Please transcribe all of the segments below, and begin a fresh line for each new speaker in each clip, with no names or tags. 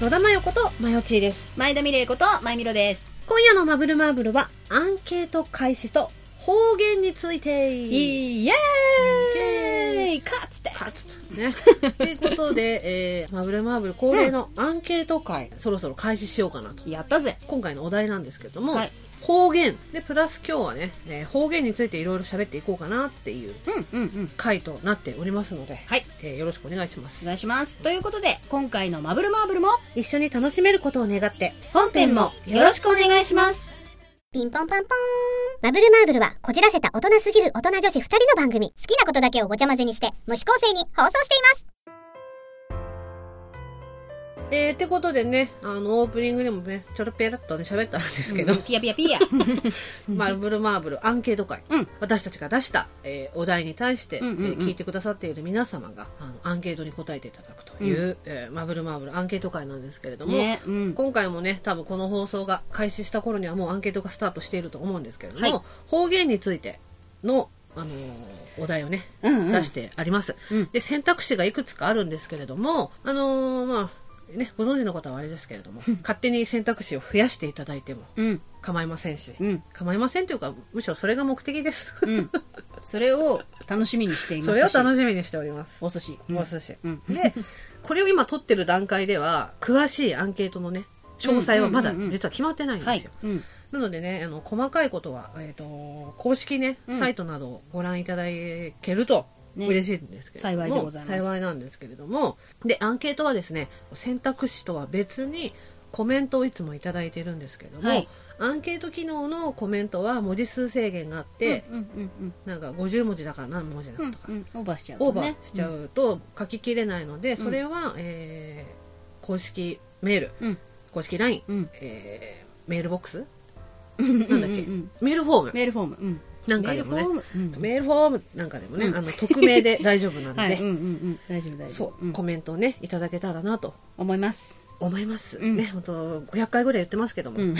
野田真代子とまよちーです。
前田美玲子と前みろです。
今夜のマブルマーブルは、アンケート開始と方言について。
イエ
イエ
ーイかっつって。
かつと ね。ということで、えー、マブルマーブル恒例のアンケート会、そろそろ開始しようかなと。
やったぜ。
今回のお題なんですけども、
はい
方言。で、プラス今日はね、えー方言についていろいろ喋っていこうかなっていう
うんうんうん。
回となっておりますので、
はい。
えーよろしくお願いします
お。願いします。ということで、今回のマブルマーブルも、
一緒に楽しめることを願って、
本編もよろしくお願いします。
ピンポンパンポーン。マブルマーブルは、こじらせた大人すぎる大人女子二人の番組。好きなことだけをごちゃ混ぜにして、無視構成に放送しています。
えー、ってことでね、あの、オープニングでもね、ちょろぺらっとね、喋ったんですけど、
うんピヤピヤピヤ。
マブルマーブルアンケート会、
うん
私たちが出した、えーお題に対して、
うんうんうん
えー聞いてくださっている皆様があのアンケートに答えていただくという、えーマブルマーブルアンケート会なんですけれど も、
ね、うん。
今回もね多分この放送が開始した頃にはもうアンケートがスタートしていると思うんですけれども、
はい
方言についての、あのーお題をね、
うんうん
出してあります、
うん
で選択肢がいくつかあるんですけれどもあのーまあねご存知の方はあれですけれども勝手に選択肢を増やしていただいても
うん。
構いませんし、
うん。
構いませんというかむしろそれが目的です、
うん。それを楽しみにしていま
そ
す
れを
し。
楽しみにしております
お寿司。
お寿司、
うん
でこれを今取ってる段階では詳しいアンケートのね詳細はま
う
だ
んうんうんうん
実は決まってないんですよ、
はい。うん。
なのでね、あの、細かいことは、えっ、と、公式ね、
うん
サイトなどをご覧いただけると、
ね
嬉しいんですけれども、
幸いでございます
幸いなんですけれども、で、アンケートはですね、選択肢とは別に、コメントをいつもいただいてるんですけれども、
はい
アンケート機能のコメントは文字数制限があって、
うんうんうん
なんか50文字だから何文字だと
う
か、
ん。うんうん。オーバーしちゃう
オー
と
バ
ね。
ーしちゃうと書ききれないので、それは、えー公式メール、
うん
公式 LINE、
うん
えーメールボックス
うん。
なんだっけ、
ううん
メールフォーム
メールフォーム。うん。
なんかでもね
メールフォーム。うん
メールフォームなんかでもね、
うん
あの匿名で大丈夫なの で、
はい、うんうんうん、大丈夫大丈
そ
夫。
う、
うん
コメントをねいただけたらなと
思います。
思います、
うん
ね本当500回ぐらい言ってますけども、
うん
アン。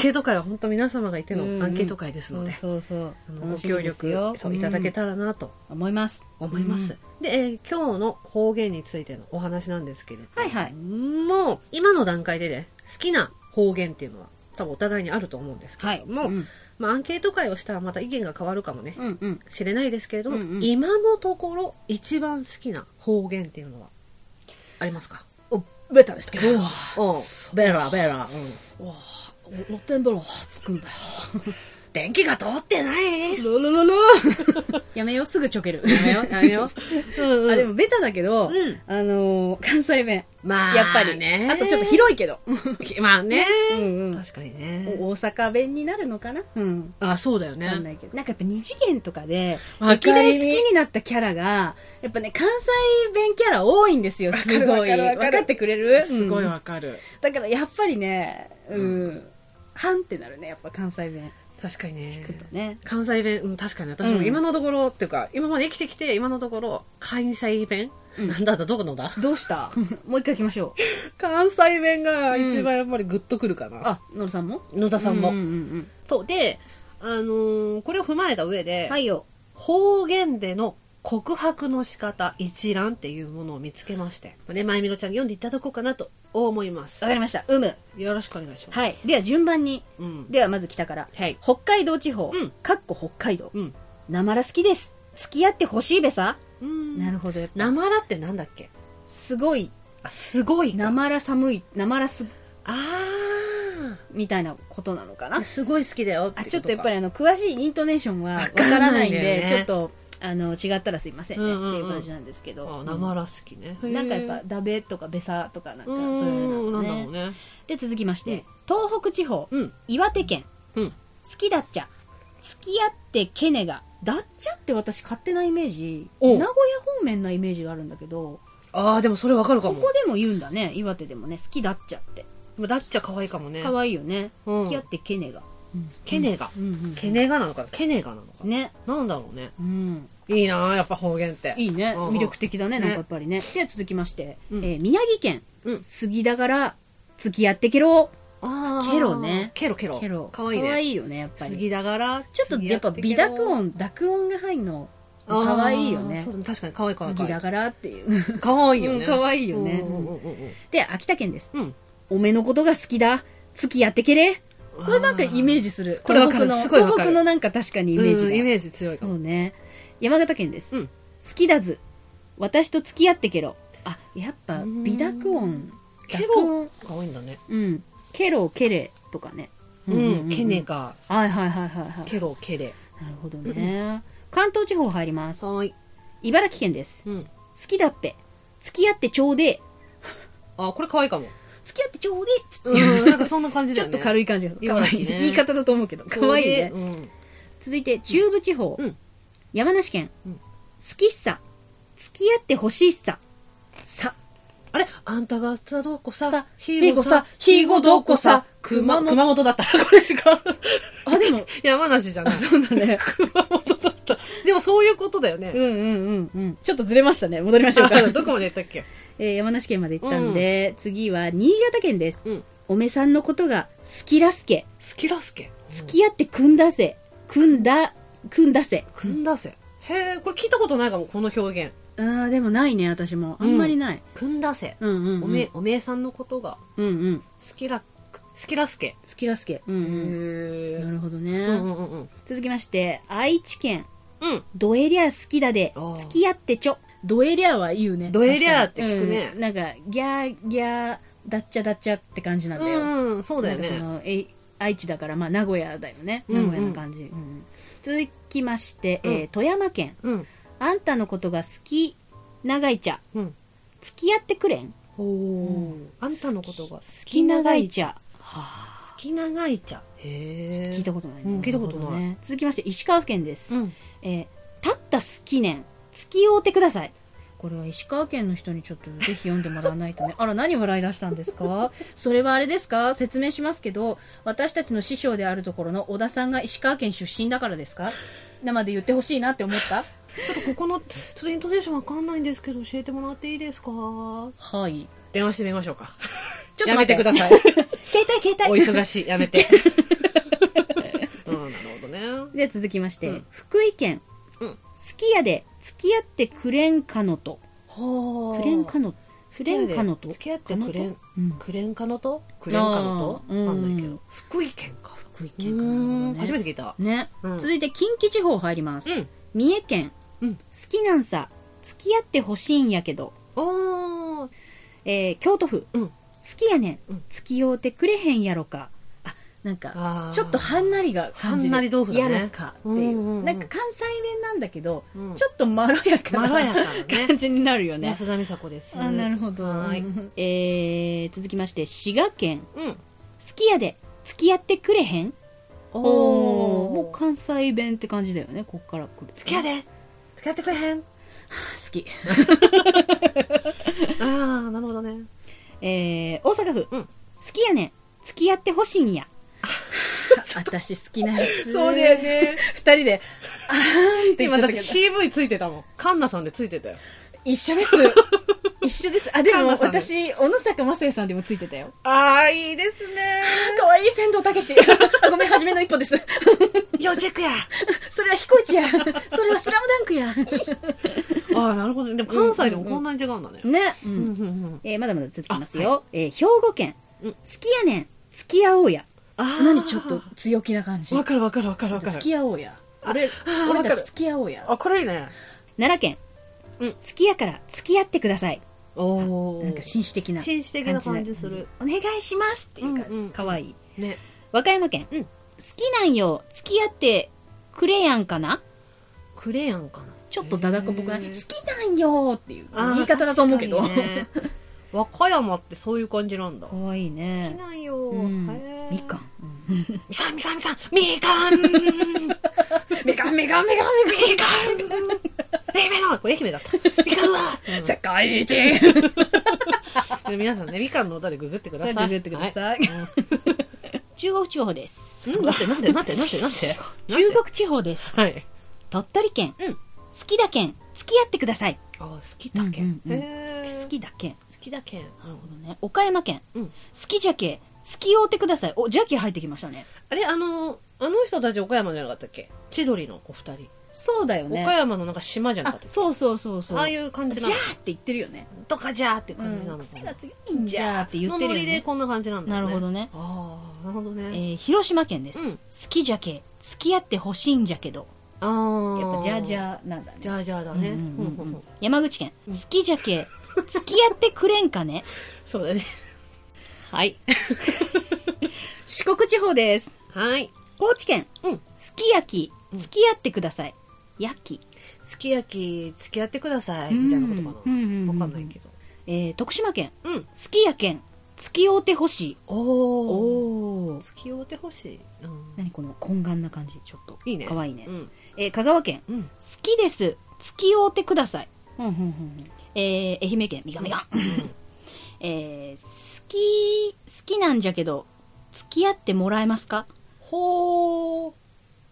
ケート会は本当皆様がいての
うん
アンケート会ですので、
そうそう
あ
そう
の
楽
ご
しみ
協
です
力
よ
そういただけ
ら
たらなと
思います
思います、で、えー今日の方言についてのお話なんですけれども、
はいはい
もう今の段階でね好きな方言っていうのは多分お互いにあると思うんですけ
は
れ
い
ども、
うん
まあ、アンケート会をしたらまた意見が変わるかもね、
うんうん
知れないですけれども、
うんうん
今のところ一番好きな方言っていうのはありますか
おベタですけど、
うんベラベラ、うん、
お露天風呂つくんだよ。
電気が通ってないや
ルル ルル
やめようすぐちょける
めようやめよ う、うんうん
あ、でもベタだけど、
ん
あのー関西弁。
まあ
やっぱり
ね
あとちょっと広いけど。
まあね、
うんうん
確かにね
お大阪弁になるのかなうん。
あそうだよ
わかん
ね
ないけど。なんかやっぱ二次元とかで、
わ
歴
かる
代好きになったキャラが、やっぱね、関西弁キャラ多いんですよ、すごい。
わかるわかるわ
分
か
か
る
ってくれる
すごい
うん
わかる、
だからやっぱりね、うん。はんってなるね、やっぱ関西弁
確かにね
聞くとね。
関西弁、うん、確かに私も今のところ、っていうか今まで生きてきて今のところ関西弁、なんだんだどこのだ
どうした もう一回行きましょう。
関西弁が一番やっぱりグッとくるかな、
あ、のるさんも
野田さんも、
うんうんうん
そうで、あのーこれを踏まえた上で、
うん。はいよ。
方言での告白の仕方一覧っていうものを見つけまして、まあね、まゆみろちゃんに読んでいただこうかなと思います
わかりました。うむ。
よろしくお願いします
はい。では順番に。
うん
ではまず北から。
はい
北海道地方。
うん
かっこ北海道。
うん
なまら好きです。付き合ってほしいべさ。
うん
なるほど。
なまらってなんだっけ
すごい。
あすごい
なまら寒い。なまらす、
あ
みたいなことなのか
あ
な。
すごい好きだよ
あ、ちょっとやっぱり
り
あの、詳しいイントネーションはわ
わ
か
からら
な
ないい
ん
ん
で、
だよね
ちょっと、あの、違ったらすいませんね。
うんうんうん
っていう感じなんですけど。
なまら好きね
うんなんかやっぱ、だべとかべさとかなんか、そういうの
なん
ね
だろうね
で、続きまして、東北地方、
うん
岩手県。
うん
好きだっちゃ付き合ってケネがだっちゃって私勝手なイメージ名
お
古
う
屋方面なイメージがあるんだけど
ああでもそれわかるか
こ
も
こでも言うんだね岩手でもね好きだっちゃって
でもだっちゃ可愛いかもね
可愛いよね、
うん
付き合ってケネが、
ケネが、
うんうん
ケネがなのかなケネがなのかな
ね
なんだろうね
うん
いいなあやっぱ方言って
いいね
うんうん
魅力的だね
ね
なんかやっぱりねでは続きまして、
うん
えー宮城県、
うん
杉田から付き合ってケロ
あー
ケロね
ケロケロ
ケロ
かわいいね
可愛いよねやっぱり
杉だから
ちょっとやっぱ微濁音濁音が入んの
あー
可愛いよね
そうでも確かに可愛い可愛
好
い
き
可
だ
愛
からっていう
い可愛いよね
うん可愛いよね
うんうんうんうん
で秋田県です
うん
おめのことが好きだ付き合ってけれこれなんかイメー
ジ
ジする
これわかる
東
すご
北
い
の
わ
東
かる
北のなんか確かにイメージが、
イメージ強いか
そ
も
うね山形県です、
うん
好きだず私と付き合ってけろあやっぱ微濁音
ケ
濁
ロ
音
が多いんだね
うんケロケレとかね
うんケネが
はいはいはいはいはい
ケロケレ
なるほどね関東地方入ります
はい
茨城県です
うん
好きだっぺ付き合ってちょうで
あこれ可愛いかも
付き合ってちょうでつって
うんなんかそんな感じ
ち
だ
ょ
よ
っ
ね
と軽い感じが可
茨
愛
城
い
ね
ね言い方だと思うけど可愛いね
うん
続いて中部地方、
うん
山梨県、
うん
好きっさ付き合ってほしいっささ
あれあんたがさどこさ
さ
ひごさ
ひ
ひ
ご
ご
ど
ど
こ
こ
さ
さ
熊
熊
本
熊本だった これしか
あでも
山梨じゃない
そうだね
熊本だったでもそういうことだよね
うんうんうんうん ちょっとずれましたね戻りましょ うか、
あ どこまでやったっけ
えー山梨県まで行ったんで、次は新潟県です、
うん
おめさんのことが好きらすけ
スキラスケ
付き合って組んだせ組んだ組んだせ
組んだせへえこれ聞いたことないかもこの表現
あーでもないね私もあんまりない、
組んだせ
うん、うんうん
おめおめえさんのことが
うんうん
スキラスキラスケ
好きらすけうん
へ
うん
え
なるほどね、
うんうんうんうん
続きまして愛知県
うん
ドエリア好きだで
あー
付き合ってちょドエリアは言うね
ドエリアって聞くね
確かにうんなんかギャーギャーダッチャダッチャって感じなんだよ、
うんうんそうだよ
なんかそ
ね
のえ愛知だからまあ名古屋だよね
うん
名
うん
古屋の感じ、うん続きまして、えー
うん
富山県
うん
あんたのことが好き長い茶
うん
付き合ってくれん好
おおあんたのことが好
き長い茶はあ
好き長い茶へえ
聞いたことない、
うん聞いたことない
るほどね続きまして石川県です、
うん
えー、たった好きねん付き合うてくださいこれは石川県の人にちょっとぜひ読んでもらわないとね あら何笑い出したんですかそれはあれですか説明しますけど私たちの師匠であるところの小田さんが石川県出身だからですか生で言ってほしいなって思った
ちょっとここのちょっとイントネーションわかんないんですけど教えてもらっていいですか
はい
電話してみましょうか
ちょっと
や
待
めて
って
ください
携帯携
お
帯
忙しいや めてうんなるほどね
で続きまして、
うん
福井県、
うん
好きやで付き合ってくれんかのと
ほ
くれんかのく
付
れんかのと
付き合ってくれん
うん
クレンカノとクレンカノと
あー
わかんないけ
うん
ど福井県か
福井
う
県かな
ーん
ね
初めて聞いた
ね、
うん
続いて近畿地方入ります、
うん
三重県、
うん
好きなんさ付き合ってほしいんやけど、
おー
えー京都府、
うん
好きやねん、
うん
付き合うてくれへんやろかあなんか
あー
ちょっとはんなりが感じる
はんなり豆腐だね
やろかっていう,、
うんうんうん
なんか関西弁なんだけど、
うん
ちょっとまろやかな
まろやかなね
感じになるよね
安田美佐子です
あなるほど、
はーい
えー続きまして滋賀県
うん
好きやで付き合ってくれへんお
お
お
ー
もう関西弁って感じだよねこっから来る
付き合っ
で
て付き合ってくれへん
好き
ああなるほど ね
えー、大阪府、
うん
好きやねん付き合ってほしいんや私好きなやつ
よ ね
二人で あーんって言
今
っちゃ
だ
っ
ったて
けど
CV ついてたもんカンナさんでついてたよ
一緒です一緒ですあでも
神田さんです
私小野坂正也さんでもついてたよ
ああいいですね
可愛い仙道武志 あごめん初めの一歩です
要チェックや
それは彦一やそれはスラムダンクや
ああなるほどねでも関西でもこんなに違うんだね
ね、
う
う
ん
ん
うんうん
えーまだまだ続きます
あ
よ、えー兵庫県、
うん
好きやねん付き合おうや
あー
何ちょっと強気な感じ
わかるわかるわかるわか
付
る
き合おうや
あれあ
俺
わか
た
る
ち付き合おうや
あこれいいね
奈良県、
うん
好きやから付き合ってください
おお
なんか紳士的な
紳士的な感じする
お願いしますっていう感じ、
うんうん
かわいい
ね
和歌山県、
うん
好きなんよ付き合ってくれやんかな
クレヤンかな
ちょっとダダこっぽくない
へ
好
ー
きなんよっていう
あー
言い方だと思うけど、
確かにね 和歌山ってそういう感じなんだ
かわいい
好き
ね
なんよ、
うん
へー
みかん
みかんみかんみかんみかんみかんみかんみかんみかんみかん愛媛のこれ愛媛だったみかんは、
世界一
うん皆さんねみかんの歌でググってください
ググってください
は
中国地方です
いうんなんでなんでなんでなんでなんで
中国地方です
はい
鳥取県、
うん
好きだけん付き合ってください
あ好きだけん、
うんうんうん
へー
好きだけん
好きだけんなるほど
ね岡山県、
うん
好きじゃけ付き合うてくださいおジャキ入ってきましたね
あれあのあの人たち岡山じゃなかったっけ千鳥のお二人
そうだよね
岡山のなんか島じゃな
あ
かったっ
そうそうそう
け
そう
ああいう感じ
じ
な
ゃ
の
あって言ってるよね
とかじゃあって
う
感じなんのか
癖
な
が強いんじゃあって言って
のノ
る
リ
よ
で
ね
こんな感じなんだ
なるほどね
ああなるほど
え
ね
ー広島県です、
うん
好きじゃけ付き合ってほしいんじゃけど
ああ
やっぱじゃあじ
あ
ゃあなんだね
じゃあじゃあだね
うんうんうん
ほんほんほん
山口県好きじゃけ付き合ってくれんかね
そうだね はい
四国地方です
はい
高知県、
うん
すき焼き付き合ってください、焼き、
すき焼き付き合ってください
うん
みたいなことか
う
なん
うんうんうん
わかんないけど
えー徳島県
うん
すきやけん付き合うてほしい
おお
お
付き合うてほしいうん
何この懇願な感じちょっと
いいね
かわいいね、
うん
えー香川県
うん
好きです付き合うてください、うんうんうんうんえー愛媛県みがみがん、 えー好き好きなんじゃけど付き合ってもらえますかほう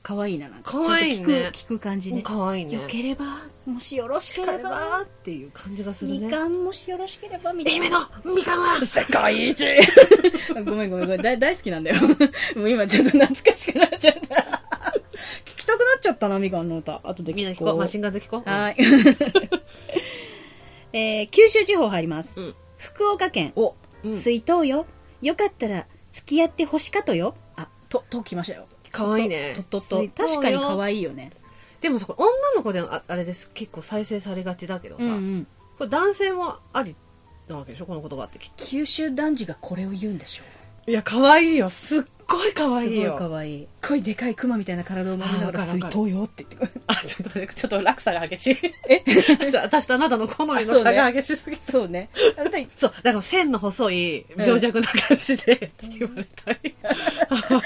かわいいななんか
かわいいね
ちょっと聞く聞く感じ
うん
ね
かわいいね
よければもしよろしけ
疲
れ
れ
ば
ばーっていう感じがする
み
ね
かんもしよろしければみたい
愛
な
媛のみかんは世界一
ごめんごめんごめん。大大好きなんだよ。 もう今ちょっと懐かしくなっちゃった。聞きたくなっちゃったな、みかんの歌。後で
みんな
聞
聞
こ
こ
う。
うマシンガンで聞こう
はーい。 えー九州地方入ります。
うん
福岡県。
おうん
水筒よ。よかったら付き合ってほしかとよ。あ、と、と来ましたよ。
かわいいね
と、と、と。
水筒よ
確かに可愛いよね。
でもさこれ女の子でああれです結構再生されがちだけどさ、
うんうん。
これ男性もありなわけでしょこの言葉ってきっ
九州男児がこれを言うんでしょ
といや可愛いよすっごい可愛いよ
すごい可愛い。声でかいクマみたいな体を守りながら
あーわかる
水
わかる
筒よって言ってくる。
あちょっと待ってちょっと落差が激しい え私とあなたの好みの差が激しすぎる
そうね。あなた
そう,、だから線の細い病弱な感じで言われたい、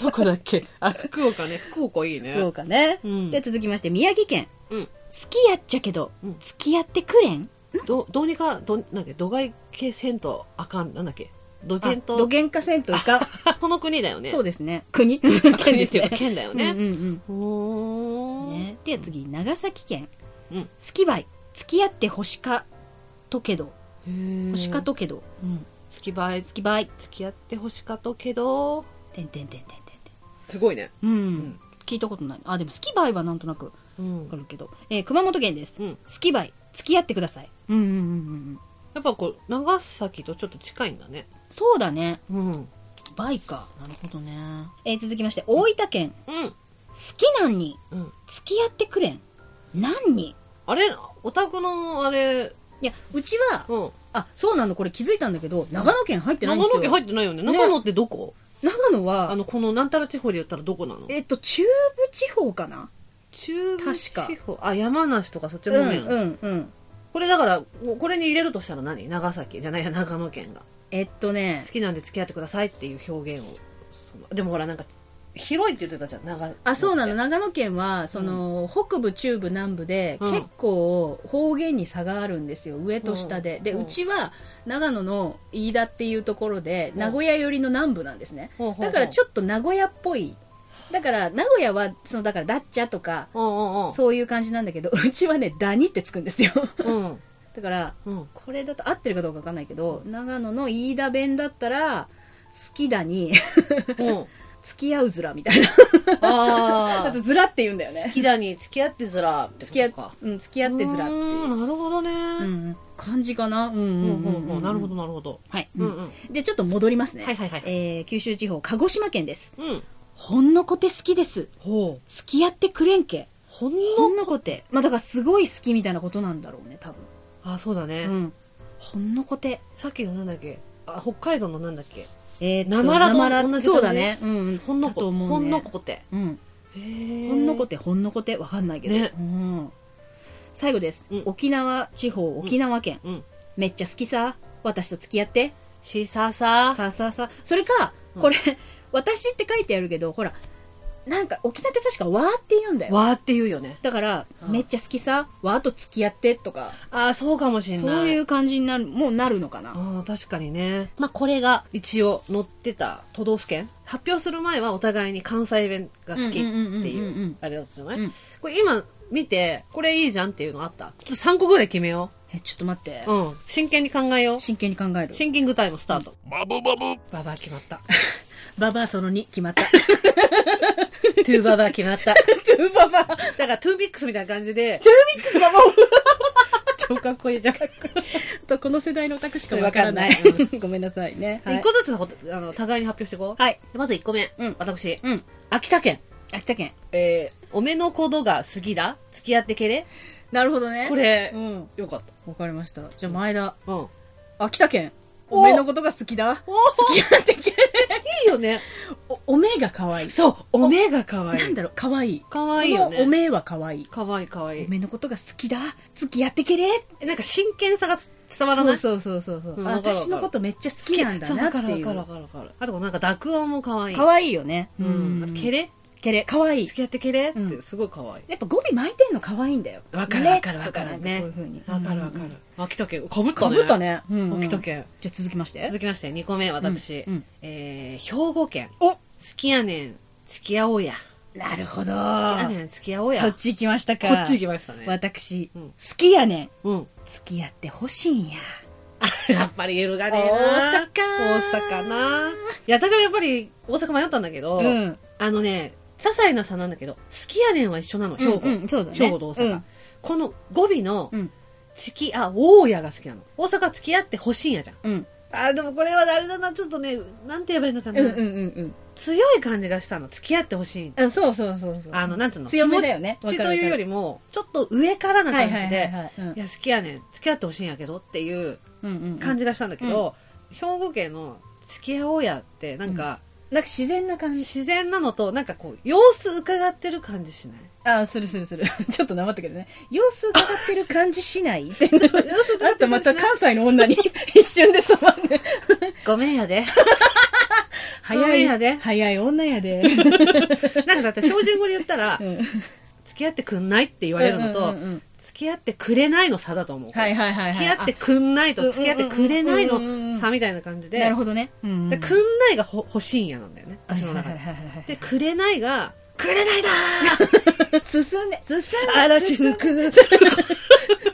どこだっけあ福岡ね福岡いいね
福岡ね、
うん
で続きまして宮城県
うん
好きやっちゃけど、
うん
付き合ってくれん
どどうにかどなんだっけ度外系せんとあかんなんだっけ土
あ
幻と
どげんかせんといかん
あこの国だよね
そうですね国
あ国
県で
っ
す
ていう
ね
か県だよ
うん
ね
うんう
おー
んねで次長崎県、
うん
好きばい付き合ってほしかとけど
へ
ほし
し
か
かと
とけど、うん、
付き合い
付きばい
付き合ってほしかとけど
てんてんてんてんてんて
すごいね
んうん、
ん
聞いたことないあでも好きばいはなんとなく
うん
わかるけど、えー熊本県です、
うん
好きばい付き合ってくださいうんうんうんうん
やっぱこう長崎とちょっと近いんだね
そうだね
うんうん
バイか。なるほどね。えー続きまして、大分県。好きなんに、
うん
付き合ってくれん。何に
あれお宅のあれ
いや、うちは、
うん
あ、そうなの、これ気づいたんだけど、長野県入ってないんで
長
すよ。
野県入ってないよね
ね
長野ってどこ
長野
あ
は、
のこのなんたら地方で言ったらどこなの
えっと、中部地方かな
中部
確か
地方あ山梨とかそっち
うん、
の
う
方面
ん、うん。
これだからもうこれに入れるとしたら何長崎じゃないや長野県が
えっとね
好、きなんで付き合ってくださいっていう表現をそのでもほらなんか広いって言ってたじゃん長野
あ、そうなの、
って
長野県は、その、北部、中部、南部で、
うん
結構、方言に差があるんですよ、上と下で。で、
うん
うちは、長野の飯田っていうところで、
ん
名古屋寄りの南部なんですね。
ほうほうほう
だからちょっと名古屋っぽい。だから、名古屋は、その、だから、ダッチャとか、
うんうんうん
そういう感じなんだけど、 うちはね、ダニってつくんですよ。
うん
だから、
うん
これだと合ってるかどうかわかんないけど、長野の飯田弁だったら、好きだに、
うん
付き合うずらみたいな。
あ
あと、
あ
ずらって言うんだよ
好
ね。
きだに付き合ってずらってことか
付き合っ、うん、付き合ってずらって
う
いう。
ーんなるほどね
うんうん、感じかな。うんう
うんん
う
うん
うん
んうんなるほど。なるほど
はい。
う
うんん
うん
じゃあちょっと戻りますね。
はいはいはい
えー、九州地方、鹿児島県です。
うん
ほんのこて好きです。
ほう
付き合ってくれんけ。
ほん
ほん
の
のこて。まあだからすごい好きみたいなことなんだろうね、多分。
あそうだね
うん。ほんのこて。
さっきのなんだっけあ北海道のなんだっけ
えーっと、
なまらと同じ感じ
そうだね。うん。
ほんの
だと
こ
思う、ね。
ほんのこって
うん。
ほ
ほん
ん
のこて、ほんのこて。わかんないけど。
ね
うん。最後です。
うん
沖縄地方、沖縄県、
うん
めっちゃ好きさ。私と付き合って。
しささ
さあさあさあ。それか、これ、 私って書いてあるけど、ほら、なんか沖縄って確かわーって言うんだよ。
わーって言うよね
だから、
うん
めっちゃ好きさ。わーと付き合ってとか。
ああそうかもしれない
そういう感じになる、もうなるのかな。
あー確かにね、まあ、これが一応載ってた都道府県発表する前はお互いに関西弁が好きって
うんうんうんうんうんう
いうんあれだったじゃない、
うん
これ今見てこれいいじゃんっていうのあったちょっと3個ぐらい決めよ
え、ちょっと待って
う、。うん、真剣に考えよう
真剣に考える。
シンキングタイムスタートバブバブババア決まった
ババアその2決まった。
トゥーババア決まった
トゥうばば。トゥ
だから、トゥービックスみたいな感じで、
ーミックスだもん。
超かっこいいじゃん。
と、この世代のオタクしか
わ
わ
か
からら
な
ないい。 ごめんなさいね。
一個ずつほあの互いに発表していこう。
はい。
まず1個目。
うん
私。
うん。
秋田県。
秋田県。
えー、おめのことが好きだ付き合ってけれ
なるほどね
これ
う、ん。
よかっ
わかりました。じゃあ前田。
た。うん。い
秋田県。
お
おめのことが好きだ。
お
好き合ってけれ。
いよね。
お、おめが可愛い。
そう、おめがかわい
なん
い。
だろう、可愛い。
かわいいよね
このおめは可愛い。
かわいいかわい
お
い。
めのことが好きだ。付き合ってけれ。
なんか真剣さが伝わらな
そう
い。
そうそうそうそうう。
ん
あ
わかるわかる
私のことめっちゃ好きなんだなってい
そうわか
う。
るわかるわかるわかる。あとこのなんか濁音もかわいい。
可愛いよね。
うん。あとけれ
けれ、可愛い。
付き合ってけれっ
う
て
ん
すごいかわいい。
やっぱ語尾巻いてんの可愛いんだよ。
わかるわかるわかる
ね
ね
となんこういう風に。
わかるわか
うん
る
うん。。
秋田県、かぶった
か
ね。
ぶった。ね。うんうん
秋田県。
じゃあ続きまして。
続きまして、2個目、私
うんうん。
えー、兵庫県。
お
好きやねん、付き合おうや。
なるほ
好き
ど。
やねん、付き合おうや。
そっち行きましたか。
こっち行きましたね。
私、
うん
好きやねん。
うん。
付き合ってほしいんや。
やっぱり揺るがねえな
大阪
大阪ないや、私はやっぱり大阪迷ったんだけど、
うん。
あのね、些細な差なんだけど、好きやねんは一緒なの、兵庫。
うんうんそうだね。
兵庫と大阪。
うん
この語尾の、
うん
付き、あ、大家が好きなの。大阪は付き合ってほしいんやじゃん。
うん。
あ、でもこれはあれだな、ちょっとね、なんて言えばいいのかな。
うんうんうん
強い感じがしたの。付き合ってほしい。
うん。そうそうそうそう。
あの、なんつうの
強めだよね。
気持ちというより
も
も、ちょっと上からな
はい
感
はい
じ
はい
で、
はい。うん
いや、好きやねん、付き合ってほしいんやけどっていう
うんうんうん
感じがしたんだけど、兵庫県の付き合おうやって、なんか、
なんか自然な感じ。
自然なのと、なんかこう、様子伺ってる感じしない
あ、するするする。 ちょっとなまったけどね。様子伺ってる感じしないって。
様子伺ってる
あんたまた
感じしない
関西の女に一瞬で染まるね。
ごめんやで。ご
早
めん
い
やで
早い女やで。
なんかだって標準語で言ったら、
うん
付き合ってくんないって言われるの
うんうんう
と
ん、
付き合ってくれないの差だと思う。
はいはいはいはい
付き合ってくんないと、
あ
付き合ってくれない
うんうんうんうんう
の
ん
差みたいな感じで、
なるほどね。うんうん
でくんないがほ欲しいんやなんだよね、私の中で。
はいはいはいはい
で、くれないが、くれないだ
進んで、進んで、
ー嵐
進ん
吹
で
く。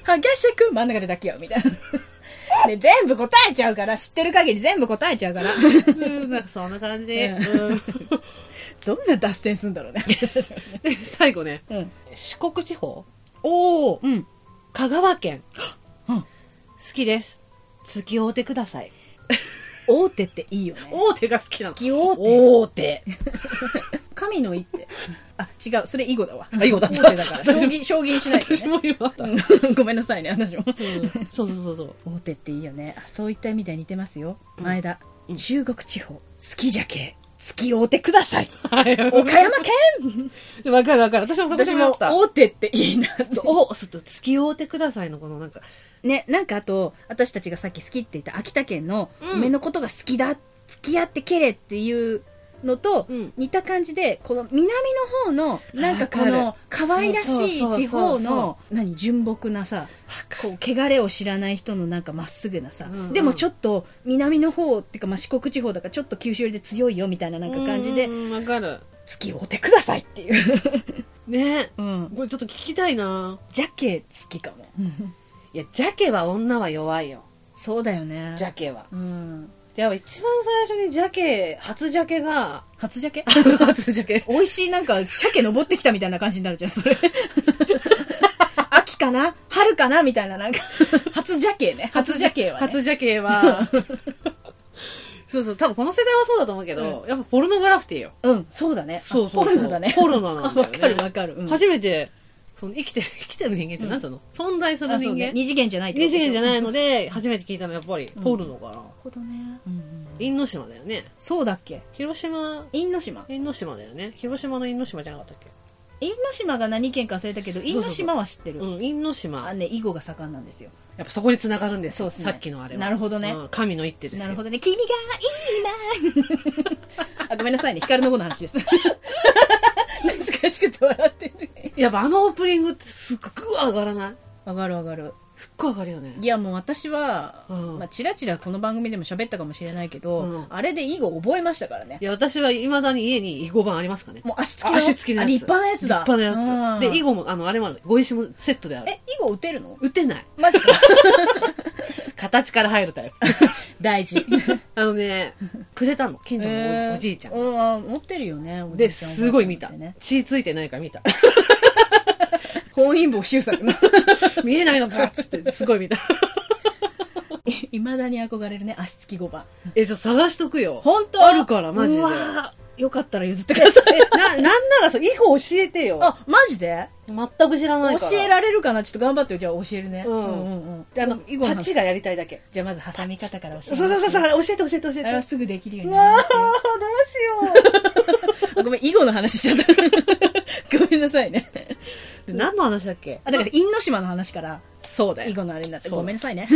はがしゃくん真ん中で抱き合うみたいな。ね、全部答えちゃうから、知ってる限り全部答えちゃうから。
うんなんかそんな感じ。
うん
うん
どんな脱線するんだ ろうね。
で、最後ね、
うん。
四国地方
おおうん。
香川県。
うん
好きです。付き合うてください。
大手っていいよね。
大手が好きなの
月。大手。
大手。
神の一手。あ、違う。それ囲碁だわ。
あ囲碁だっ
大
た
手だから。将
私も
棋、将棋しないと
私
ね
も言われた。うん
うん。 ごめんなさいね、私も。
そうそうそうそう。
大手っていいよね。あ、そういった意味で似てますよ。前田。中国地方。好きじゃけ。月大手ください。岡山県
わかるわかる。私もそこで
私
迷っ
も
た。
大手っていいなって。
そうお、すっと、付き合うてくださいの、このなんか、
ね、なんかあと、私たちがさっき好きって言った秋田県の、
うん
梅のことが好きだ、付き合ってけれっていうのと、
うん
似た感じで、この南の方の、なんかこ
わ
の、
かる
可愛らし
そうそ
い
うそうそう
地方の、何、純朴なさ、こう、汚れを知らない人のなんかまっすぐなさ、
うんうん
でもちょっと、南の方っていうか、まあ、四国地方だからちょっと九州よりで強いよみたいななんか感じで、
うんわかる。
付き合うてくださいっていう。
ね
うん。
これちょっと聞きたいな
ジャケ好きかも。
いや、鮭は女は弱いよ。
そうだよね。
鮭は。
うん。
やっぱ一番最初に鮭、初鮭が、
初ジャケ
初鮭。
美味しいなんか鮭登ってきたみたいな感じになるじゃんそ れ秋かな春かなみたいなな んか初鮭ね初鮭は、ね、
初鮭は、そうそう、多分この世代はそうだと思うけど、やっぱポルノグラフィティよ。
うんそうだね
そうそうそう
あポルノだね
ポルノなんだよね
あわかるわかる、うん
初めて、その生きてる、 生きてる人間ってなんつうの、存在する
あそ
人
うね
間。
二次元じゃないってこ
二
とで
次
し
元
ょ
じゃ
な
ないので、初めて聞いたのはやっぱり、ポルノかな。
るほどね、うんうん
因島だよね。
そうだっけ
広島、
因島
因島だよね。広島の因島じゃなかったっけ
因島が何県か忘れたけど因
そうそう
島は知ってる
うん、因島
あ。ね囲碁が盛んなんですよ
やっぱそこに繋がるんです
そう
よ。
っすね
さっきのあれは。
なるほどね
うん神の一手ですよ。
なるほどね君がいい なあごめんなさいね光の碁の話です懐かしくて笑ってる
やっぱあのオープニングってすっごく上がらない
上がる上がる
すっごい上がるよね。
いやもう私は、
うん
まあ、ちらちらこの番組でも喋ったかもしれないけど、
うん
あれで囲碁覚えましたからね
いや、私は未だに家に囲碁盤ありますかね。
もう足つき
あ
の
足つきの
あ
やつ。
立派なやつだ
立派なやつ。
うん
で、囲碁も、あの、あれもある。碁石もセットである。
え囲碁打てるの
打てない。
マジか
形から入るタイプ。
大 事。
あのね、くれたの、近所のお,、
へー
じいちゃん
う
が。
んあ持ってるよねおじ
で、
いちゃん
すごい見
お
た
ばあちゃんってね。
血ついてないから見た。
本因坊周作の。
見えないのかっつって、すごい見た。
いまだに憧れるね足つき5番
え、ちょっと探しとくよ。
本当
あるから、マジで。
う
な、
わーよかったら譲ってください。
なんならさ、以降教えてよ。
あマジで
全く知らないから。
教えられるかなちょっと頑張ってよじゃあ教えるね、
うん
うんうん
であの、
囲碁の
パチがやりたいだけ。
じゃあまず挟み方から教え
そうそうそう、そう教えて教えて教えて。
あれはすぐできるよう
う
になり
わ
ま
あ
すよ
どうしよ
あごめん囲碁の話しちゃったごめんなさいね
う。何の話だっけ
あだから因島の話から
そうだ
囲
よ。
碁のあれになって
そう
ごめんなさいね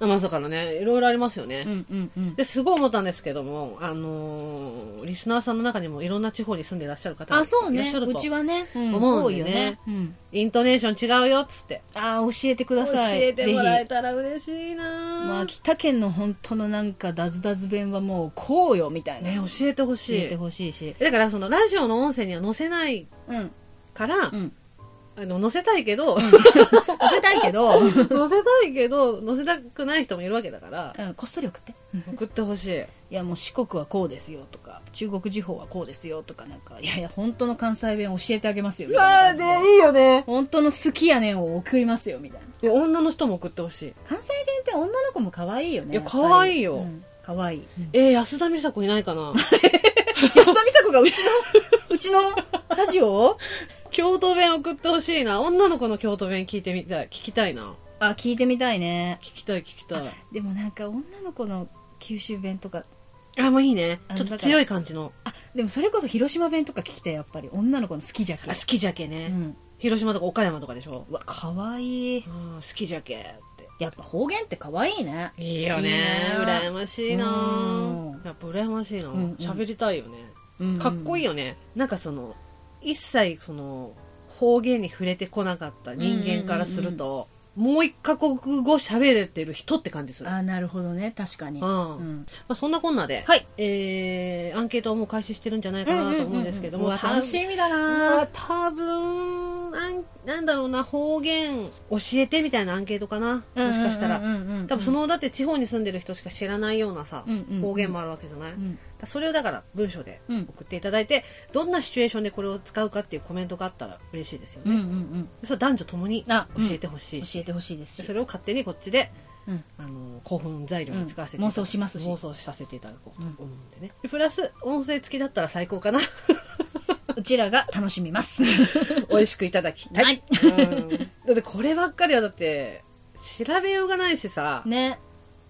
まあ、だからね、いろいろありますよね。
うんうんうん
ですごい思ったんですけども、あのーリスナーさんの中にもいろんな地方に住んでいらっしゃる方がいら
あ
っし
そうね
ゃると
うちはね、うん
思う
多
ん
い
でね
よね、うん、
イントネーション違うよっつって
あー教えてくださいぜ
たら嬉しい
ひま
な
あ
ね
北県の本当のなんかダズダズ弁はもうこうよみたいな、
教えてほし
教
い
えてほしいし
だからそのラジオの音声には載せない
うん
から、
うん
あの載せたいけど 載
忘れたい けど、うん
せたいけど載せたくない人もいるわけだから
こっそり送って
送ってほしい
いやもう四国はこうですよとか中国地方はこうですよとかなんかいやいや本当の関西弁教えてあげますよみたいな感じ
い
で
いよね
本当の好きやねんを送りますよみたいな
女の人も送ってほしい
関西弁って女の子も可愛いよね
いや
っぱり
可愛いよ
うん可愛い、
えー、安田美沙子いないか な
安田美沙子がうちの うちのラジオを
京都弁送ってほしいな女の子の京都弁聞いてみたい聞きたいな
あ聞いてみたいね
聞きたい聞きたい
でもなんか女の子の九州弁とか
あもういいね
あ
ちょっと
だから
強い感じの
あでもそれこそ広島弁とか聞きたいやっぱり女の子の好きじゃけ
あ好きじゃけね、
うん
広島とか岡山とかでしょ
うわ可愛い
あー好きじゃけって
やっぱ方言って可愛いね
いいよね
いいな
羨ましいな
うん
やっぱ羨ましいな
うんうん
喋、りたいよねか
か
っこいい
い
よね、なんかその一切その方言に触れてこなかった人間からすると、もう一カ国語喋れてる人って感じする
あなるほどね確かに
うん
うん
まあ、そんなこんなで、
はい
えーアンケートはもう開始してるんじゃないかなと思うんですけども、
うわ楽しみだ
ま
な
あ、多分なんなんだろうな方言教えてみたいなアンケートかなもしかしたら多分そのだって地方に住んでる人しか知らないようなさ、方言も
あ
あるわけじゃない、
うん
それをだから文章で
うん
送っていただいてどんなシチュエーションでこれを使うかっていうコメントがあったら嬉しいですよ
うんう
ね、
んうん
それは男女ともに教
あうん
えてほしいし、
教えてほしいです
で
し
それを勝手にこっちで、
うん
あの興奮材料に使わせていただく、
うん妄想しますし
妄想させていただこうと思うんでね、でプラス音声付きだったら最高 かな
うちらが楽しみます
美味しくいただきたい、
はい
うんだってこればっかりはだって調べようがないしさ、
ね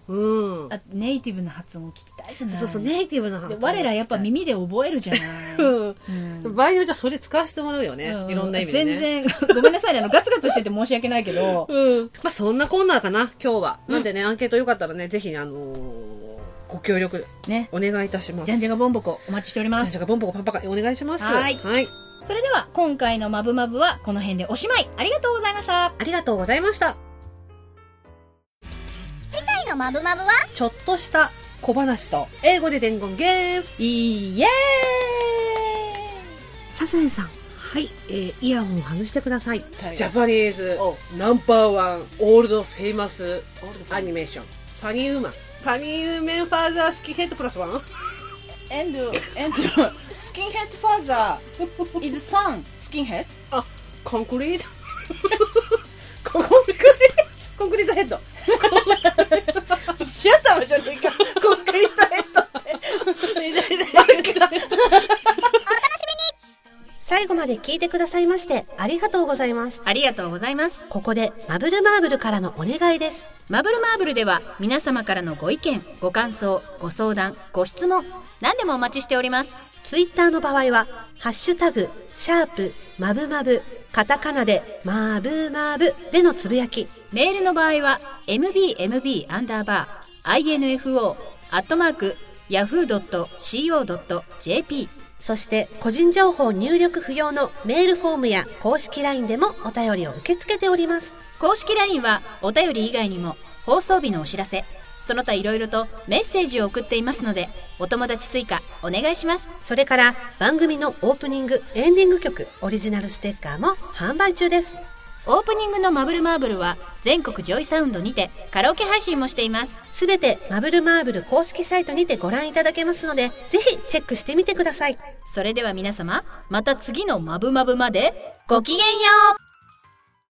うん
あネイティブな発音を聞きたいじゃない
そうそうネイティブな
で
話
我らやっぱ耳で覚えるじゃない
うん
うん
場合によってはそれ使わせてもらうよね、
うん
いろんな意味でね
全然 ごめんなさいねあのガツガツしてて申し訳ないけど
うんまあそんなこんなかな今日は、なんでねアンケートよかったらねぜひねあのーご協力
ね
お願いいたします
じゃんじゃがボンボコお待ちしておりま
じゃん
す
じゃがボンボコパンパカお願いします
はい
はい、
それでは今回の「まぶまぶ」はこの辺でおしまいありがとうございました
ありがとうございました
次回のマブマブは
ちょっとした小話と英語で伝言ゲーム
イエーイ
サザエさんはい、えー、イヤホンを外してください
誰が
ジャパニーズナンバーワンオールドフェイマスアニメーションパニーウーマンパニーウーメンファーザースキンヘッドプラスワン
エンドエンドスキンヘッドファーザー is sun スキンヘッ
あコンクリートコンクリートコンクリートヘッド
ドシアターじゃねえかコンクリートヘッド
最後まで聞いてくださいましてありがとうございます。
ありがとうございます。
ここでマブルマーブルからのお願いです。
マブルマーブルでは皆様からのご意見、ご感想、ご相談、ご質問、何でもお待ちしております。
ツイッターの場合は、ハッシュタグ、シャープ、マブマブ、カタカナで、マーブマーブでのつぶやき、
メールの場合は mbmb アンダーバー info アットマーク yahoo.co.jp
そして個人情報入力不要のメールフォームや公式 LINE でもお便りを受け付けております。
公式 LINE はお便り以外にも放送日のお知らせ、その他いろいろとメッセージを送っていますのでお友達追加お願いします。
それから番組のオープニング、エンディング曲、オリジナルステッカーも販売中です。
オープニングの「マブルマーブル」は全国ジョイサウンドにてカラオケ配信もしています
すべてマブルマーブル公式サイトにてご覧いただけますので、ぜひチェックしてみてください。
それでは皆様また次の「マブマブ」までごきげんよう